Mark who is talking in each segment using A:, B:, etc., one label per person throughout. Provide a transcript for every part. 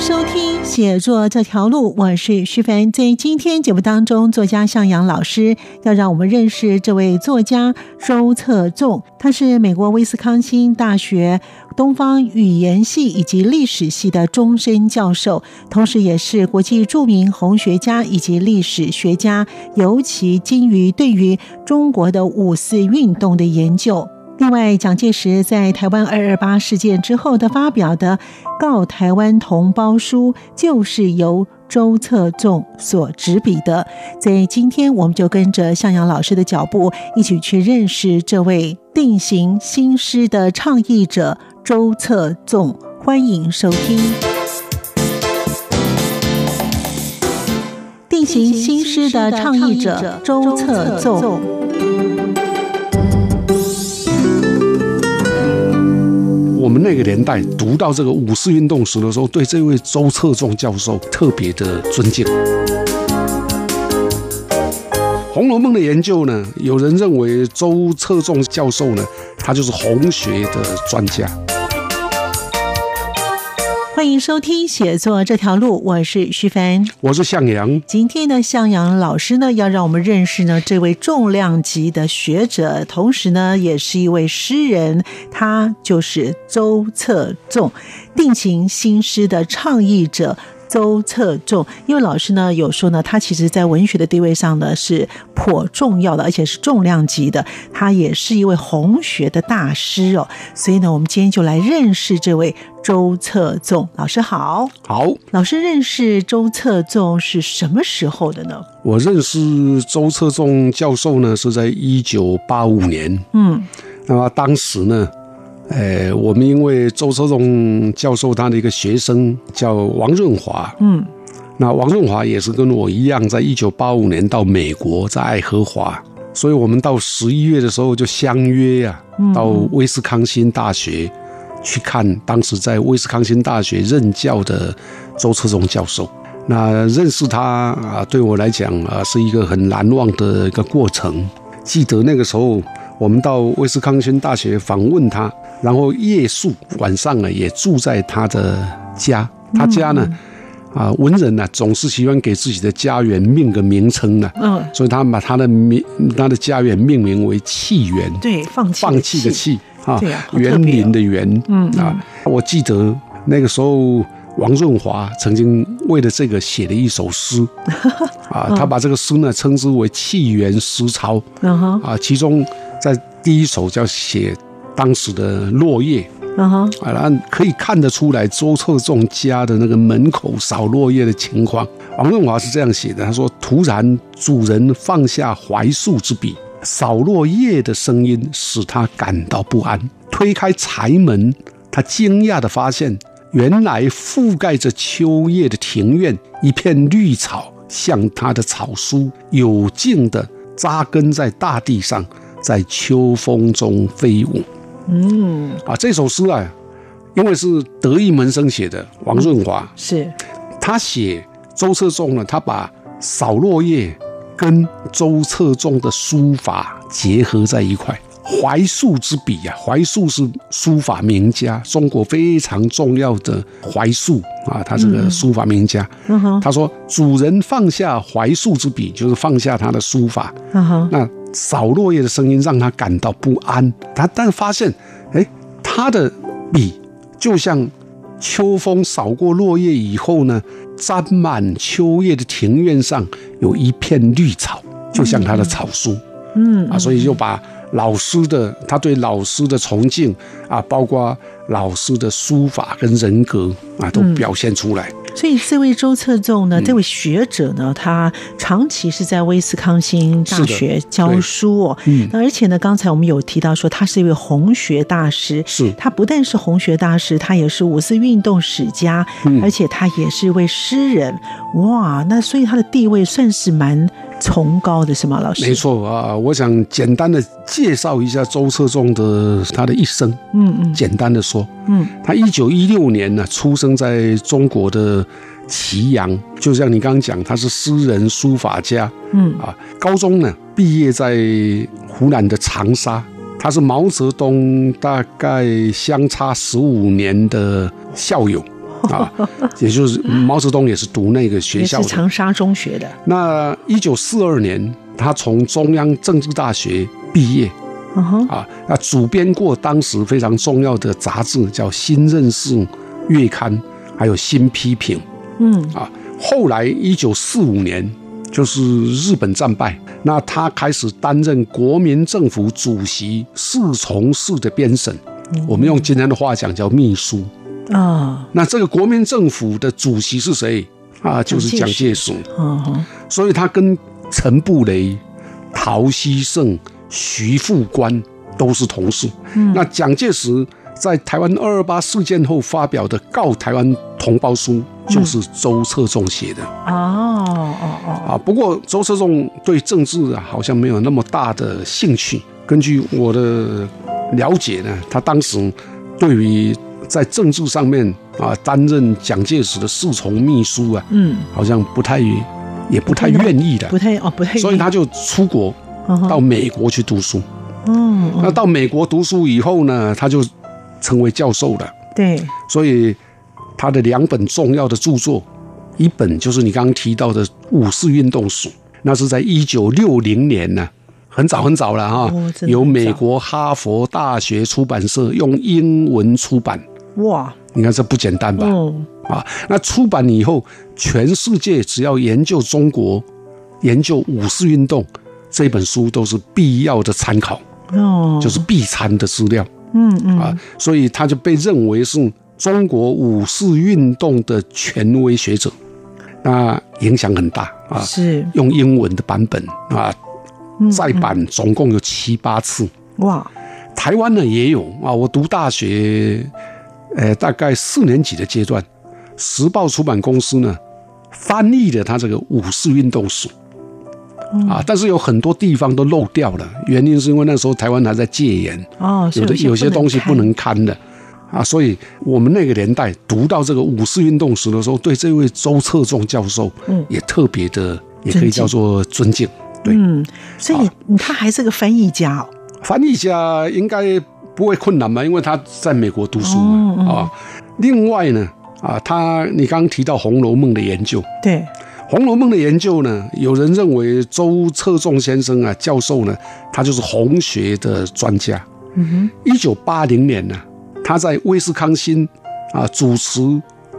A: 收听写作这条路，我是徐凡。在今天节目当中，作家向阳老师要让我们认识这位作家周策仲，他是美国威斯康星大学东方语言系以及历史系的终身教授，同时也是国际著名红学家以及历史学家，尤其精于对于中国的五四运动的研究。另外，蒋介石在台湾二二八事件之后的发表的《告台湾同胞书》，就是由周策仲所执笔的。在今天，我们就跟着向阳老师的脚步，一起去认识这位定型新诗的倡议者周策仲。欢迎收听。定型新诗的倡议者周策仲。
B: 我们那个年代读到这个五四运动史的时候，对这位周策仲教授特别的尊敬。《红楼梦》的研究呢，有人认为周策仲教授呢，他就是红学的专家。
A: 欢迎收听《写作这条路》，我是徐凡，
B: 我是向阳。
A: 嗯今天的向阳老师呢，要让我们认识呢这位重量级的学者，同时呢，也是一位诗人，他就是周策仲，定情新诗的倡议者。周策仲，因为老师呢有说呢，他其实在文学的地位上呢是颇重要的，而且是重量级的。他也是一位红学的大师哦，所以呢，我们今天就来认识这位周策仲老师。好，
B: 好，
A: 老师认识周策仲是什么时候的呢？
B: 我认识周策仲教授呢是在一九八五年，
A: 嗯，
B: 那么当时呢。呃，我们因为周策仲教授他的一个学生叫王润华，
A: 嗯，
B: 那王润华也是跟我一样，在一九八五年到美国，在爱荷华，所以我们到十一月的时候就相约呀、啊，到威斯康星大学去看当时在威斯康星大学任教的周策仲教授。那认识他啊，对我来讲啊，是一个很难忘的一个过程。记得那个时候。我们到威斯康星大学访问他，然后夜宿，晚上呢也住在他的家。他家呢，啊，文人呢、啊、总是喜欢给自己的家园命个名称啊呢、
A: 嗯，
B: 所以他把他的名他的家园命名为气园，
A: 对，放弃
B: 放弃的
A: 弃
B: 啊
A: 对啊，好特别哦
B: 园林的园，
A: 嗯
B: 啊，我记得那个时候。王润华曾经为了这个写了一 首诗，啊，他把这个诗呢称之为“气园诗抄”。
A: 嗯哼，
B: 啊，其中在第一首叫写当时的落叶
A: 嗯哼，
B: 啊，那可以看得出来周策仲家的那个门口扫落叶的情况。王润华是这样写的，他说：“突然主人放下槐树之笔，扫落叶的声音使他感到不安。推开柴门，他惊讶地发现，原来覆盖着秋叶的庭院，一片绿草像他的草书有劲地扎根在大地上，在秋风中飞舞。
A: 嗯，
B: 啊，这首诗啊，因为是得意门生写的，王润华，
A: 是，
B: 他写周策仲呢，他把扫落叶跟周策仲的书法结合在一块。怀素之笔啊，怀素是书法名家，中国非常重要的怀素啊，他是个书法名家。
A: 嗯哼，
B: 他说，主人放下怀素之笔，就是放下他的书法，
A: 嗯哼，
B: 那扫落叶的声音让他感到不安。他但发现，哎，他的笔就像秋风扫过落叶以后呢，沾满秋叶的庭院上有一片绿草，就像他的草书。
A: 嗯
B: 啊，所以就把老师的他对老师的崇
A: 嗯
B: 敬啊，包括老师的书法跟人格啊，都表现出来。
A: 所以这位周策仲
B: 嗯
A: 呢，这位学者呢，他长期是在威斯康星大学教书哦。
B: 嗯
A: 那而且呢，刚才我们有提到说，他是一位红学大师。
B: 是
A: 他不但是红学大师，他也是五四运动史家，
B: 嗯
A: 而且他也是一位诗人。哇，那所以他的地位算是蛮崇高的，是吗，老师？
B: 没错啊，我想简单的介绍一下周策仲的他的一生。
A: 嗯嗯
B: 简单的说，
A: 嗯，
B: 他一九一六年呢、出生在中国的祁阳，就像你刚刚讲，他是诗人、书法家
A: 嗯
B: 啊。高中呢毕业在湖南的长沙，他是毛泽东大概相差十五年的 校友啊，也就是毛泽东也是读那个学
A: 也
B: 校
A: 是
B: 的。
A: 长沙中学的。
B: 那一九四二年，他从中央政治大学毕业
A: 嗯哼，
B: 啊，那主编过当时非常重要的杂志，叫《新认识月刊》，还有《新批评》
A: 嗯
B: 啊。后来一九四五年，就是日本战败，那他开始担任国民政府主席侍从室的编审，我们用今天的话讲叫秘书。
A: 啊，
B: 那这个国民政府的主席是谁啊？就是
A: 蒋
B: 蒋
A: 介
B: 介石。
A: 嗯哼，
B: 所以他跟陈布雷、陶希圣、徐副官都是同事。那蒋介石在台湾二二八事件后发表的《告台湾同胞书》，就是周策仲写的、
A: 哦哦哦，
B: 啊。不过周策仲对政治啊好像没有那么大的兴趣。根据我的了解呢，他当时对于在政治上面啊担任蒋介石的侍从秘书啊，
A: 嗯，
B: 好像不太也不太愿意的。
A: 不太哦，不太，
B: 所以他就出国
A: 嗯哼
B: 到美国去读书。
A: 嗯嗯
B: 那到美国读书以后呢，他就成为教授了。
A: 对，
B: 所以他的两本重要的著作，一本就是你刚刚提到的《五四运动史》，那是在一九六零年呢、很早很早了哈、
A: 哦真的
B: 由
A: 很
B: 美
A: 早
B: 国哈佛大学出版社用英文出版。
A: 哇，
B: 你看这不简单吧？
A: 嗯
B: 啊，那出版以后，全世界只要研究中国、研究五四运动这本书，都是必要的参考，
A: 哦，
B: 就是必参的资料
A: 嗯嗯
B: 啊，所以他就被认为是中国五四运动的权威学者，那影响很大啊。
A: 是
B: 用英文的版本啊，
A: 嗯
B: 再版总共有七八次，
A: 哇，
B: 台湾呢也有啊，我读大学，呃，大概四年级的阶段，时报出版公司呢翻译了他这个五四运动史，啊，但是有很多地方都漏掉了，原因是因为那时候台湾还在戒严，
A: 哦，所以
B: 有的有些东西不能刊的。啊，所以我们那个年代读到这个五四运动史的时候，对这位周策仲教授，
A: 嗯
B: 也特别的，也可以叫做尊敬。对，
A: 嗯，所
B: 啊
A: 以他还是个翻译家哦，
B: 翻译一下应该不会困难嘛，因为他在美国读书嘛啊、另外呢，啊，他你刚刚提到《红楼梦》的研究，《
A: 对，
B: 红楼梦》的研究呢，有人认为周策仲先生啊，教授呢，他就是红学的专家。
A: 嗯
B: 一九八零年呢、他在威斯康星啊主持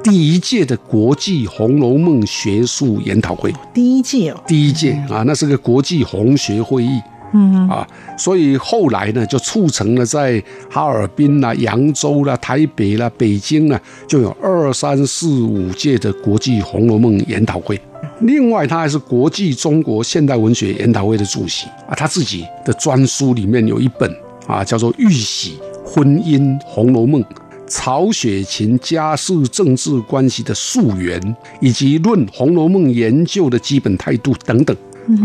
B: 第一届的国际《红楼梦》学术研讨会。
A: 哼，第一季哦，
B: 第一届啊，那是个国际红学会议，嗯啊，所以后来呢，就促成了在哈尔滨啦、扬州啦、台北啦、北京啦，就有二三四五届的国际《红楼梦》研讨会。另外，他还是国际中国现代文学研讨会的主席啊，他自己的专书里面有一本啊，叫做《玉玺婚姻红楼梦》。曹雪芹家世政治关系的溯源，以及论《红楼梦》研究的基本态度等等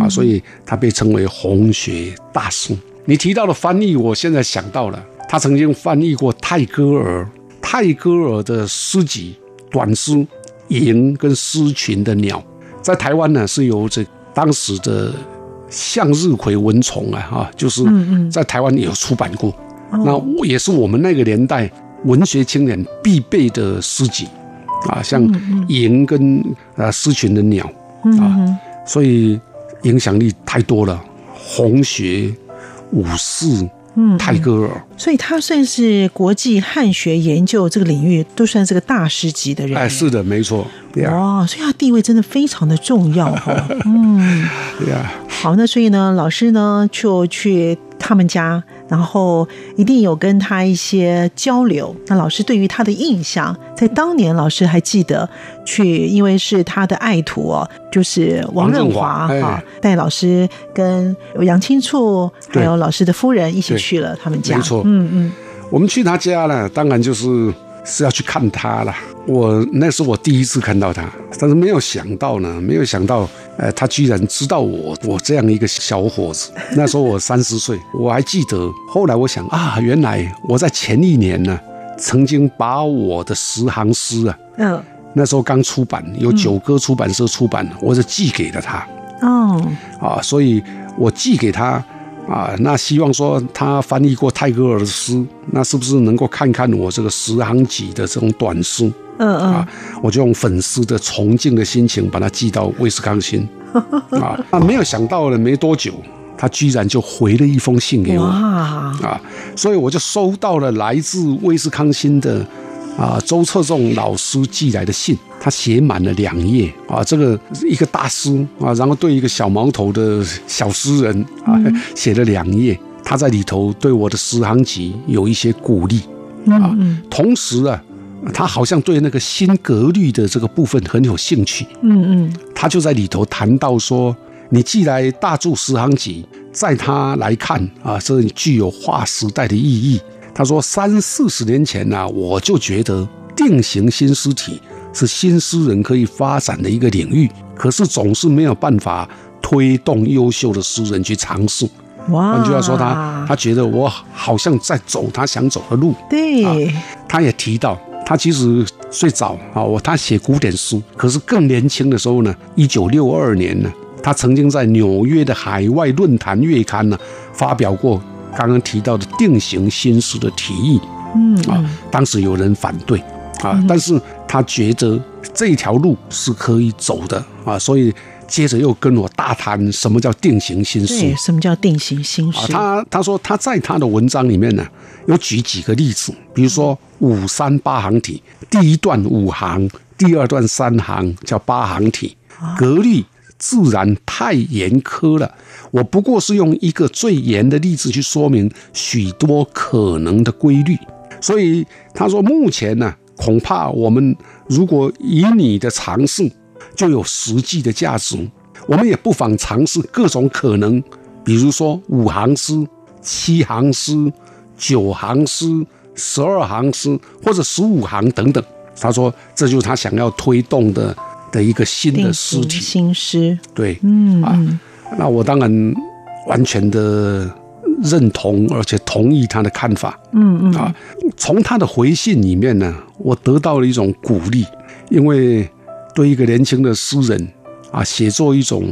B: 啊，所以他被称为红学大师。你提到的翻译，我现在想到了，他曾经翻译过泰戈尔，泰戈尔的诗集、短诗《萤》跟《狮群的鸟》，在台湾呢是由这当时的向日葵蚊虫啊，哈、就是在台湾也有出版过。那我也是我们那个年代文学青年必备的诗集啊，像《萤》跟呃《狮群的鸟》啊，所以影响力太多了。红学、武士、泰戈尔，
A: 所以他算是国际汉学研究这个领域都算是个大师级的人，
B: 哎，是的，没错，对啊呀，
A: 哇，所以他地位真的非常的重要哦哈。
B: 对呀，啊
A: 好，那所以呢，老师呢就去他们家然后一定有跟他一些交流。那老师对于他的印象，在当年老师还记得去，因为是他的爱徒哦，就是王润华
B: 王润华
A: 哈
B: 哎，
A: 带老师跟杨青处还
B: 对
A: 有老师的夫人一起
B: 对
A: 去了他们家。
B: 没错
A: 嗯嗯，
B: 我们去他家了，当然就是是要去看他了。我那是我第一次看到他，但是没有想到呢，没有想到，呃，他居然知道我我这样一个小伙子。那时候我三十岁，我还记得。后来我想啊，原来我在前一年呢，曾经把我的十行诗啊，
A: 嗯
B: 那时候刚出版，由九歌出版社出版，我就寄给了他。
A: 哦，
B: 啊，所以我寄给他啊，那希望说他翻译过泰戈尔的诗，那是不是能够看看我这个十行几的这种短诗？
A: 嗯嗯
B: 啊，我就用粉丝的崇敬的心情把它寄到威斯康星啊，那没有想到呢，没多久他居然就回了一封信给我
A: 哇，
B: 啊，所以我就收到了来自威斯康星的啊周策仲老师寄来的信，他写满了两页啊，这个一个大师啊，然后对一个小毛头的小诗人啊
A: 嗯
B: 写了两页，他在里头对我的十行集有一些鼓励，
A: 嗯嗯
B: 同时啊，他好像对那个新格律的这个部分很有兴趣，
A: 嗯嗯，
B: 他就在里头谈到说，你既来大注十行集，在他来看啊，这具有划时代的意义。他说三四十年前呢、我就觉得定型新诗体是新诗人可以发展的一个领域，可是总是没有办法推动优秀的诗人去尝试。
A: 哇，
B: 换句话说
A: 啊
B: 他他觉得我好像在走他想走的路，啊
A: 对，
B: 他也提到，他其实最早啊，我他写古典诗，可是更年轻的时候呢，一九六二年呢，他曾经在纽约的海外论坛月刊呢发表过刚刚提到的定型新诗的提议
A: 嗯
B: 啊，当时有人反对啊，但是他觉得这条路是可以走的啊，所以接着又跟我大谈什么叫定型新诗
A: 对，。什么叫定型心
B: 啊，
A: 事？
B: 他他说他在他的文章里面呢，有举几个例子，比如说五三八行体，第一段五行，第二段三行叫八行体，格律自然太严苛了。我不过是用一个最严的例子去说明许多可能的规律，所以他说目前呢、恐怕我们如果以你的尝试，就有实际的价值。我们也不妨尝试各种可能，比如说五行诗、七行诗、九行诗、十二行诗或者十五行等等。他说，这就是他想要推动的的一个新
A: 定
B: 的诗
A: 型
B: 体。
A: 心事，
B: 对，
A: 嗯
B: 啊
A: 嗯
B: 那我当然完全的认同，而且同意他的看法。
A: 嗯嗯，
B: 啊，从他的回信里面呢，我得到了一种鼓励，因为对一个年轻的诗人啊，写作一种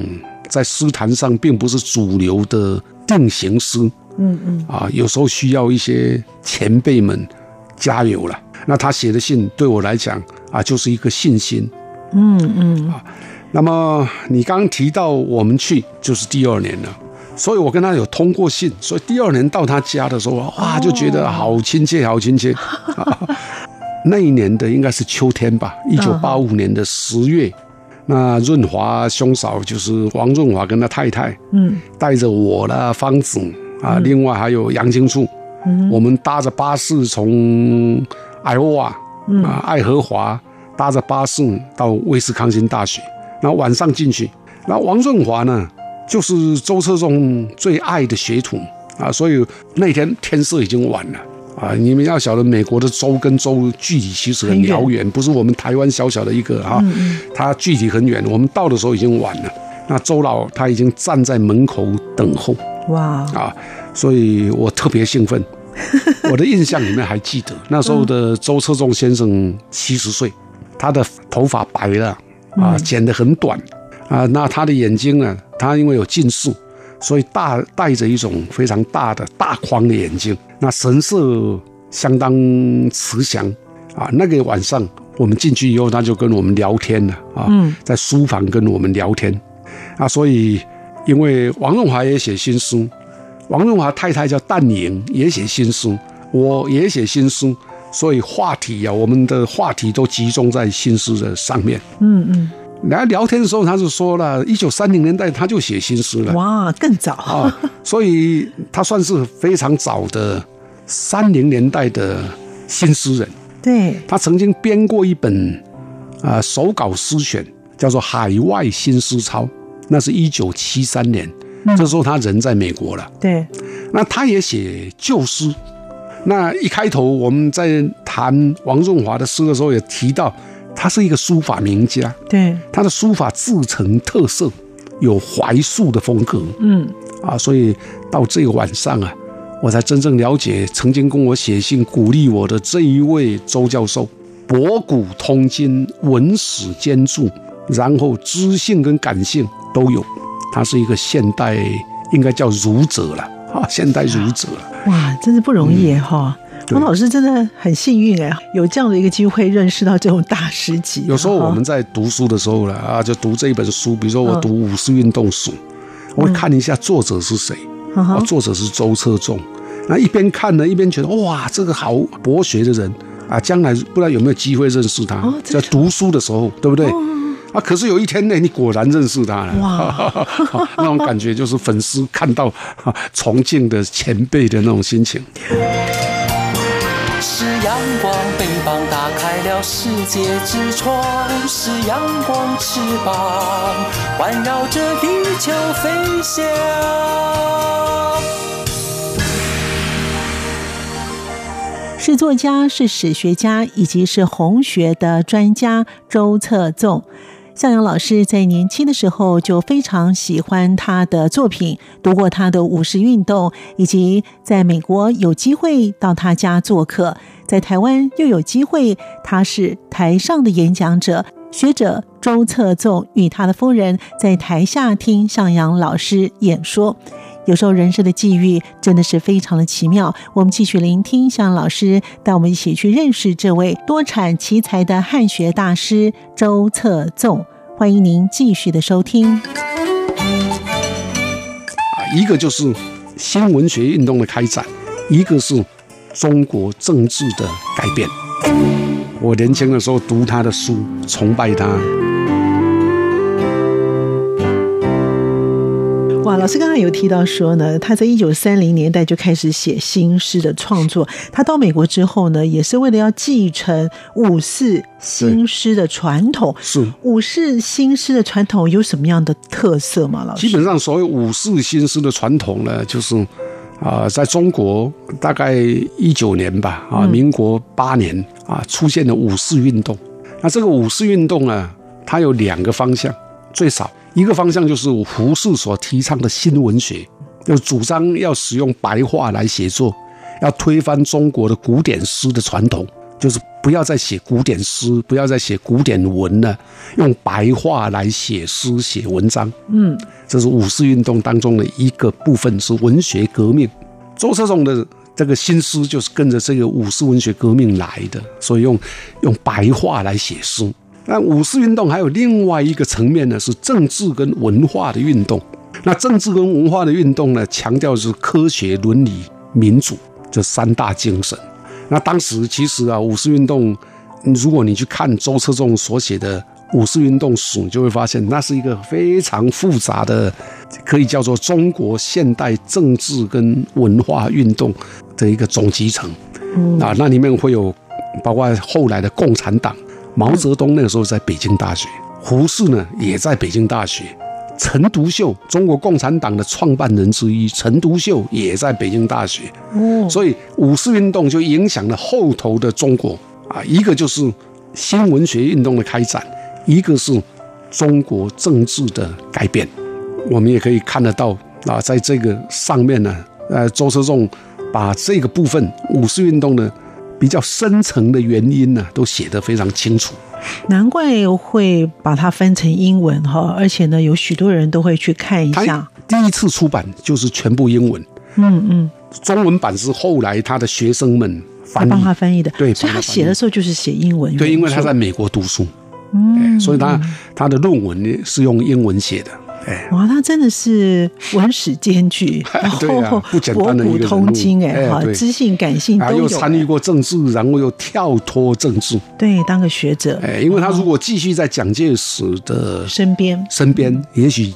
B: 在诗坛上并不是主流的定型诗，
A: 嗯嗯，
B: 啊，有时候需要一些前辈们加油了。那他写的信对我来讲啊，就是一个信心。嗯嗯。啊，那么你刚刚提到我们去就是第二年了。所以我跟他有通过信，所以第二年到他家的时候，哇，就觉得好亲切，好亲切。啊那一年的应该是秋天吧，一九八五年的十月，那润华兄嫂就是王润华跟他太太，
A: 嗯，
B: 带着我啦、方子啊，另外还有杨金柱，我们搭着巴士从艾欧瓦啊爱荷华搭着巴士到威斯康星大学，然后晚上进去，那王润华呢，就是周策仲最爱的学徒啊，所以那天天色已经晚了。啊，你们要晓得，美国的州跟州距离其实很
A: 很远
B: 遥远，不是我们台湾小小的一个哈、它距离很远。我们到的时候已经晚了，那周老他已经站在门口等候
A: 哇，
B: 啊，所以我特别兴奋。我的印象里面还记得那时候的周策仲先生七十岁，他的头发白了啊，剪得很短啊，那他的眼睛呢，他因为有近视，所以大戴着一种非常大的大框的眼镜，那神色相当慈祥啊。那个晚上我们进去以后，他就跟我们聊天了啊，在书房跟我们聊天啊，所以因为王润华也写新书，王润华太太叫淡莹，也写新书，我也写新书，所以话题啊，我们的话题都集中在新诗的上面。
A: 嗯嗯，
B: 然后聊天的时候，他就说了，一九三零年代他就写新诗了
A: 哇，更早
B: 啊、所以他算是非常早的三零年代的新诗人。
A: 对，
B: 他曾经编过一本啊、呃手稿诗选，叫做《海外新诗抄》，那是一九七三年，这时候他人在美国了。
A: 对，
B: 那他也写旧诗。那一开头我们在谈王润华的诗的时候，也提到他是一个书法名家，
A: 对，
B: 他的书法自成特色，有怀素的风格。
A: 嗯，
B: 啊，所以到这个晚上啊，我才真正了解曾经跟我写信鼓励我的这一位周教授，博古通今，文史兼著，然后知性跟感性都有，他是一个现代应该叫儒者了啊，现代儒者了。
A: 哇，真是不容易耶哈。
B: 嗯对
A: 王老师真的很幸运哎，有这样的一个机会认识到这种大师级。啊
B: 有时候
A: 哈
B: 我们在读书的时候呢，啊，就读这一本书，比如说
A: 嗯
B: 我读《五四运动史》，我会看一下作者是谁，
A: 嗯哼
B: 啊，作者是周策仲。那一边看呢，一边觉得哇，这个好博学的人啊，将来不知道有没有机会认识他
A: 哦。真
B: 在
A: 的
B: 读书的时候，对不对？啊，可是有一天呢，你果然认识他了，
A: 哇
B: 那种感觉就是粉丝看到啊崇敬的前辈的那种心情。
C: 是阳光，翅膀打开了世界之窗；是阳光，翅膀环绕着地球飞翔。
A: 是作家、是史学家以及是红学的专家周策纵。向阳老师在年轻的时候就非常喜欢他的作品，读过他的《五十运动》，以及在美国有机会到他家做客，在台湾又有机会，他是台上的演讲者。学者周策纵与他的夫人在台下听向阳老师演说。有时候人生的际遇真的是非常的奇妙。我们继续聆听向老师带我们一起去认识这位多产奇才的汉学大师周策纵。欢迎您继续的收听。
B: 啊，一个就是新文学运动的开展，一个是中国政治的改变。我年轻的时候读他的书，崇拜他。
A: 哇，老师刚才有提到说呢，他在一九三零年代就开始写新诗的创作。他到美国之后呢，也是为了要继承五四新诗的传统。
B: 是
A: 五四新诗的传统有什么样的特色吗？老师，
B: 基本上所有五四新诗的传统呢，就是啊、在中国大概一九年吧，
A: 嗯
B: 啊，民国八年啊，出现了五四运动。那这个五四运动呢，它有两个方向，最少一个方向就是胡适所提倡的新文学，就主张要使用白话来写作，要推翻中国的古典诗的传统，就是不要再写古典诗，不要再写古典文了，用白话来写诗写文章。
A: 嗯
B: 这是五四运动当中的一个部分，是文学革命。周策纵的这个新诗就是跟着这个五四文学革命来的，所以用用白话来写诗。那五四运动还有另外一个层面呢，是政治跟文化的运动。那政治跟文化的运动呢，强调是科学、伦理、民主这三大精神。那当时其实啊，五四运动，嗯如果你去看周策纵所写的《五四运动史》，你就会发现那是一个非常复杂的，可以叫做中国现代政治跟文化运动的一个总集成。啊，那里面会有包括后来的共产党，毛泽东那个时候在北京大学，胡适呢也在北京大学。陈独秀，中国共产党的创办人之一，陈独秀也在北京大学。
A: 哦
B: 所以五四运动就影响了后头的中国啊，一个就是新文学运动的开展，一个是中国政治的改变。我们也可以看得到啊，在这个上面呢，呃，周车仲把这个部分五四运动呢比较深层的原因呢，都写得非常清楚。
A: 难怪会把它翻成英文哈，而且呢，有许多人都会去看一
B: 他
A: 下。
B: 第一次出版就是全部英文，
A: 嗯嗯，
B: 中文版是后来他的学生们
A: 他
B: 翻
A: 帮
B: 译
A: 他翻译的，
B: 对
A: 所以
B: 帮他
A: 他
B: 翻译
A: 写的时候就是写英文。
B: 对，因为他在
A: 没错
B: 哎美国读书，嗯，所以他他的论文呢是用英文写的。哎，
A: 哇，他真的是文史兼具，然
B: 对啊
A: 后
B: 不简
A: 博
B: 单的一
A: 古
B: 个人
A: 通
B: 物
A: 今，哎，
B: 哎
A: 哈，
B: 对
A: 知性感性
B: 啊，
A: 都有哎
B: 又，参与过政治，然后又跳脱政治，
A: 对，当个学者
B: 哎，因为他如果继续在蒋介石的
A: 身边，
B: 身
A: 嗯
B: 边，也许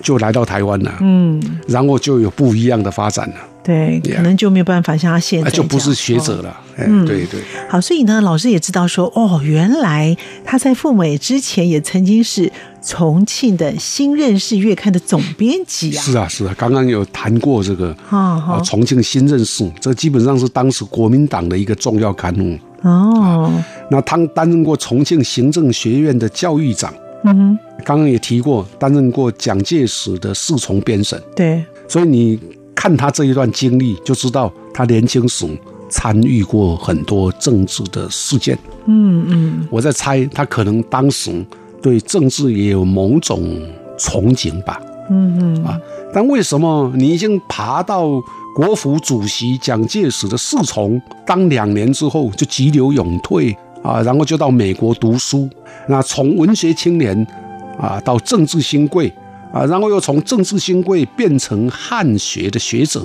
B: 就来到台湾了，嗯，然后就有不一样的发展了，
A: 对，
B: Yeah
A: 可能就没有办法像他现
B: 啊，
A: 在
B: 就不
A: 这样
B: 是学者
A: 哦
B: 了，哎，对对，
A: 好，所以呢，老师也知道说，哦，原来他在赴美之前也曾经是重庆的《新认识月刊》的总编辑啊。
B: 是啊是啊，刚刚有谈过这个。
A: 啊
B: 啊，
A: 哈
B: 重庆新认识，这基本上是当时国民党的一个重要刊物。
A: 哦，
B: 那他担任过重庆行政学院的教育长，
A: 嗯哼，
B: 刚刚也提过，担任过蒋介石的侍从编审，
A: 对，
B: 所以你看他这一段经历，就知道他年轻时参与过很多政治的事件。
A: 嗯嗯，
B: 我在猜，他可能当时对政治也有某种憧憬吧。嗯嗯啊，但为什么你已经爬到国府主席蒋介石的侍从，当两年之后就急流勇退啊，然后就到美国读书，那从文学青年啊到政治新贵啊，然后又从政治新贵变成汉学的学者，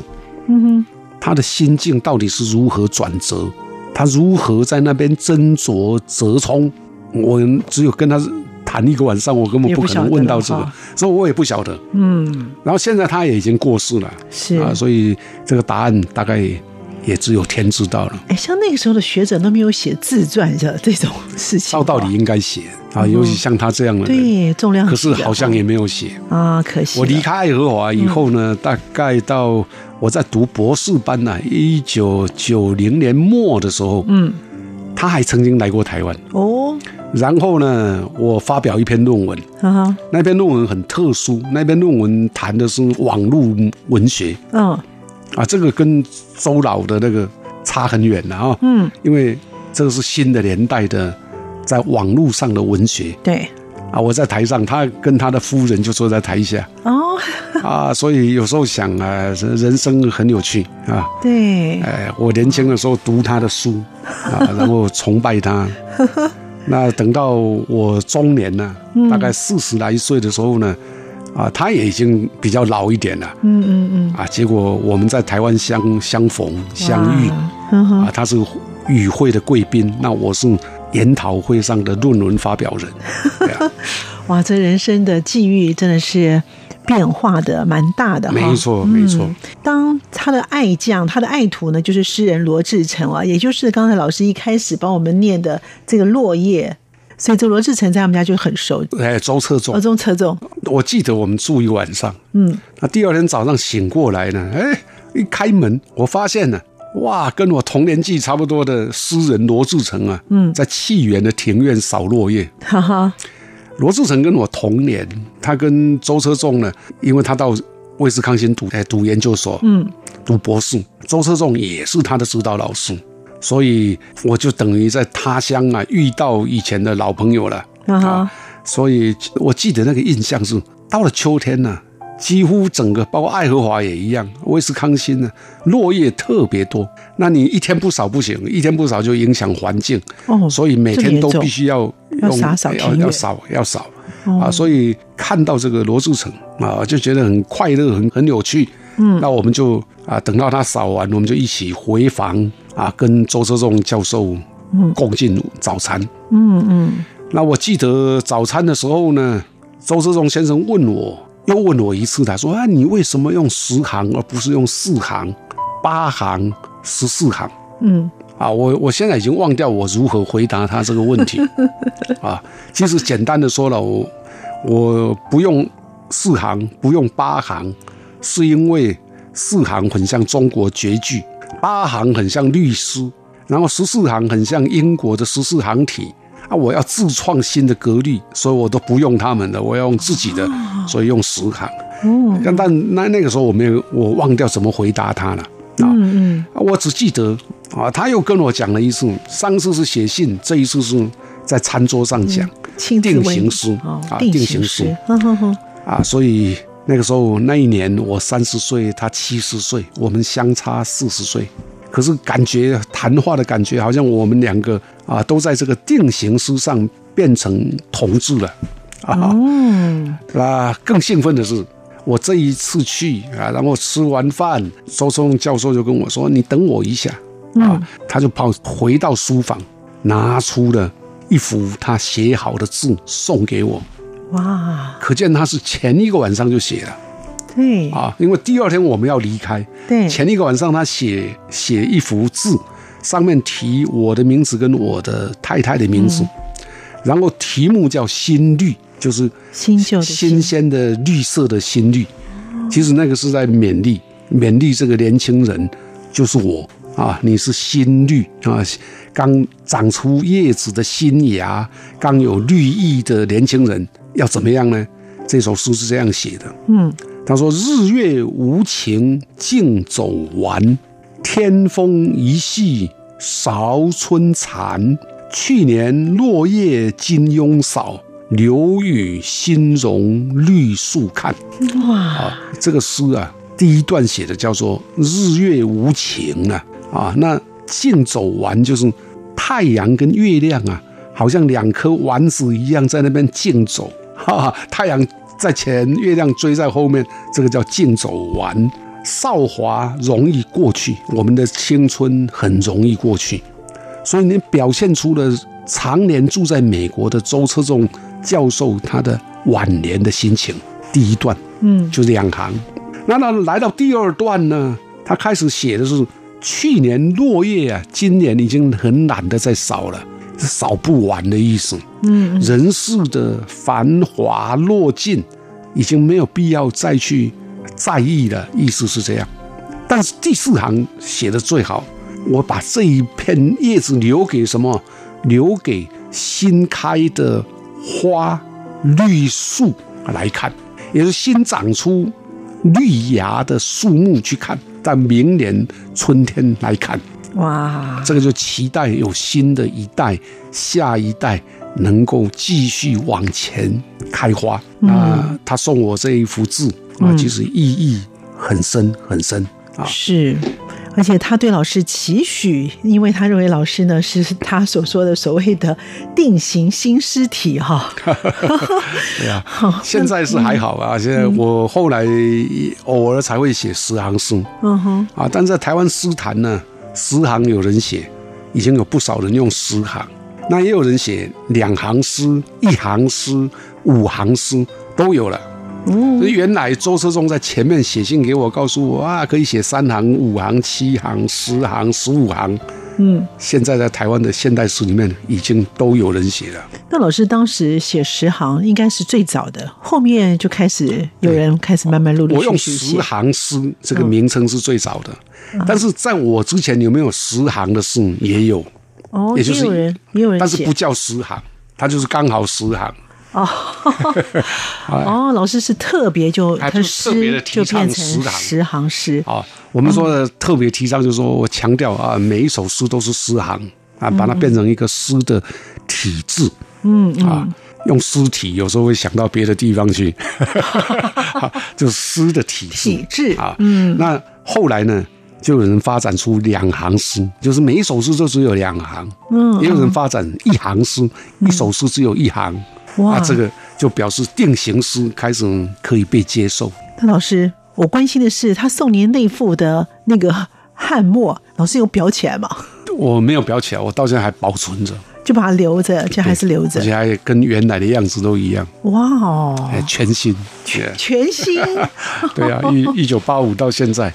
B: 他的心境到底是如何转折，他如何在那边斟酌折冲，我只有跟他谈一个晚上，我根本不可能问到这
A: 也不晓得了
B: 个
A: 哈，
B: 所以我也不晓得。嗯，然后现在他也已经过世了
A: 是。
B: 啊，所以这个答案大概也只有天知道了。
A: 哎，像那个时候的学者都没有写自传的这种事情，
B: 照道理应该写啊，尤其像他这样的人，
A: 对重量级
B: 可
A: 的，
B: 是好像也没有写。
A: 啊，可惜了
B: 我离开爱荷华以后呢，大概到我在读博士班呢、一九九零年末的时候，嗯，他还曾经来过台湾。
A: 哦，
B: 然后呢，我发表一篇论文，
A: 哈哈，
B: 那篇论文很特殊，那篇论文谈的是网络文学
A: 嗯，
B: 啊，这个跟周老的那个差很远了啊、
A: 嗯，
B: 因为这个是新的年代的，在网络上的文学
A: 对，
B: 啊，我在台上，他跟他的夫人就坐在台下。
A: 哦，
B: 啊，所以有时候想啊，人人生很有趣啊。
A: 对，
B: 哎，我年轻的时候读他的书啊， 然后崇拜他。那等到我中年呢、
A: 嗯
B: 大概四十来岁的时候呢，啊，他也已经比较老一点了
A: 嗯嗯嗯，
B: 啊。结果我们在台湾相相逢相遇
A: 哇，嗯呵呵，
B: 啊，他是与会的贵宾，那我是研讨会上的论文发表人。对啊
A: 哇，这人生的际遇真的是变化的蛮大的哈。
B: 没错，没错
A: 嗯。当他的爱将，他的爱徒呢，就是诗人罗志诚啊，也就是刚才老师一开始帮我们念的这个《落叶》，所以这罗志诚在他们家就很熟。
B: 哎，周策总
A: 哦，，中侧中，
B: 我记得我们住一晚上，
A: 嗯，
B: 那第二天早上醒过来呢，哎，一开门我发现呢、哇，跟我同年纪差不多的诗人罗志诚啊，嗯，在气源的庭院扫落叶。
A: 哈哈，
B: 罗志诚跟我同年，他跟周车仲呢，因为他到威斯康星读哎读研究所，嗯，读博士，周车仲也是他的指导老师，所以我就等于在他乡啊遇到以前的老朋友了。
A: 哈哈，
B: 所以我记得那个印象是，到了秋天呢、几乎整个包括爱荷华也一样，威斯康星呢、落叶特别多。那你一天不扫不行，一天不扫就影响环境，
A: 哦，
B: 所以每天都
A: 这么严重
B: 必须要
A: 要
B: 用
A: 洒哦扫
B: 要
A: 田园
B: 要扫要扫啊。所以看到这个罗志诚啊，就觉得很快乐，很很有趣。嗯，那我们就啊，等到他扫完，我们就一起回房啊，跟周车仲教授共进早餐。
A: 嗯嗯，
B: 那我记得早餐的时候呢，周志忠先生问我，又问我一次，他说：“啊，你为什么用十行而不是用四行、八行、十四行？”
A: 嗯，
B: 啊，我我现在已经忘掉我如何回答他这个问题啊。其实简单的说了，我我不用四行，不用八行，是因为四行很像中国绝句，八行很像律诗，然后十四行很像英国的十四行体。啊，我要自创新的格律，所以我都不用他们的，我要用自己的，所以用十行。
A: 哦，
B: 但但那那个时候我没有，我忘掉怎么回答他了。啊，
A: 嗯嗯，
B: 我只记得啊，他又跟我讲了一次，上次是写信，这一次是在餐桌上讲
A: 嗯亲自
B: 定
A: 问
B: 型诗
A: 哦
B: 啊，
A: 定
B: 定
A: 型
B: 型
A: 诗
B: 诗，
A: 哈哈哈，
B: 啊，所以那个时候那一年我三十岁，他七十岁，我们相差四十岁。可是感觉谈话的感觉，好像我们两个啊都在这个定型诗上变成同志了
A: 哦，
B: 那更兴奋的是，我这一次去啊，然后吃完饭，周松教授就跟我说：“你等我一下。”啊，他就跑回到书房，拿出了一幅他写好的字送给我，
A: 哇，
B: 可见他是前一个晚上就写了。
A: 对，
B: 啊，因为第二天我们要离开，
A: 对
B: 前一个晚上他写写一幅字，上面提我的名字跟我的太太的名字，
A: 嗯
B: 然后题目叫新绿，就是
A: 新旧的
B: 新鲜的绿色的新绿。其实那个是在勉励勉励这个年轻人，就是我啊，你是新绿啊，刚长出叶子的新芽，刚有绿意的年轻人，要怎么样呢？这首诗是这样写的。
A: 嗯，
B: 他说：“日月无情竞走完，天风一系韶春残。去年落叶金庸扫，留雨新容绿树看。”
A: 哇，
B: 这个诗啊，第一段写的叫做“日月无情”啊，啊，那竞走丸就是太阳跟月亮啊，好像两颗丸子一样在那边竞走，哈、哈，太阳在前，月亮追在后面，这个叫竞走丸。韶华容易过去，我们的青春很容易过去，所以你表现出了常年住在美国的周车仲教授他的晚年的心情。第一段，
A: 嗯，
B: 就两行。那那来到第二段呢，他开始写的是去年落叶啊，今年已经很懒得再扫了，是扫不完的意思。嗯，人世的繁华落尽，已经没有必要再去在意了，意思是这样。但是第四行写的最好，我把这一片叶子留给什么？留给新开的花、绿树来看，也是新长出绿芽的树木去看，但明年春天来看，
A: 哇，
B: 这个就期待有新的一代、下一代能够继续往前开花。啊，他送我这一幅字啊，其实意义很深很深啊。
A: 是。而且他对老师期许，因为他认为老师呢是他所说的所谓的定型新尸体 哈、
B: 对啊，现在是还好啊。现在我后来偶尔才会写十行诗
A: 嗯哼，
B: 啊，但在台湾诗坛呢，十行有人写，已经有不少人用十行，那也有人写两行诗、一行诗、五行诗都有了。所以原来周车仲在前面写信给我，告诉我啊，可以写三行、五行、七行、十行、十五行。
A: 嗯，
B: 现在在台湾的现代诗里面，已经都有人写了。
A: 那老师当时写十行应该是最早的，后面就开始有人开始慢慢陆陆
B: 我用
A: 续续写
B: 十。行诗这个名称是最早的，
A: 嗯
B: 但是在我之前有没有十行的诗也有，
A: 哦，
B: 也就是
A: 也有人也有人
B: 但是
A: 写
B: 不叫十行，它就是刚好十行。
A: 哦哦，老师是特别就
B: 他
A: 他
B: 就特别
A: 诗
B: 地
A: 就
B: 提倡
A: 变成
B: 十行
A: 十行诗，
B: 啊，我们说的特别提倡，就是说我强调啊，每一首诗都是诗行啊，把它变成一个诗的体制。嗯啊，用诗体有时候会想到别的地方去， 就是诗的体制。
A: 体制
B: 啊，嗯，那后来呢，就有人发展出两行诗，就是每一首诗就只有两行，嗯，也有人发展一行诗，一首诗只有一行，
A: 嗯哇
B: 那这个就表示定型诗开始可以被接受。
A: 那老师，我关心的是他送您那副的那个翰墨，老师有裱起来吗？
B: 我没有裱起来，我到现在还保存着，
A: 就把它留着，就还是留
B: 而
A: 着。
B: 且还跟原来的样子都一样，
A: 哇哦，
B: 哎，全新，全
A: 全 新
B: 对啊，一一九八五到现在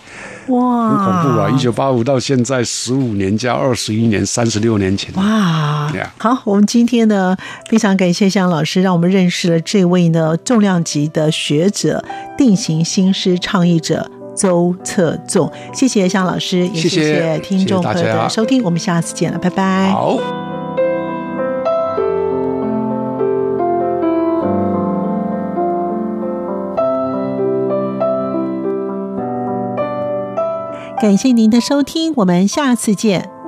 A: 哇，
B: 很恐怖啊！一九八五到现在十五年加二十一年，三十六年前，
A: 哇
B: Yeah
A: 好，我们今天呢，非常感谢向老师，让我们认识了这位呢重量级的学者、定型新诗倡议者周策纵。谢谢向老师，也
B: 谢谢
A: 谢听众朋友
B: 谢谢大
A: 的
B: 家
A: 收听，我们下次见了，拜拜。
B: 好。
A: 感谢您的收听，我们下次见。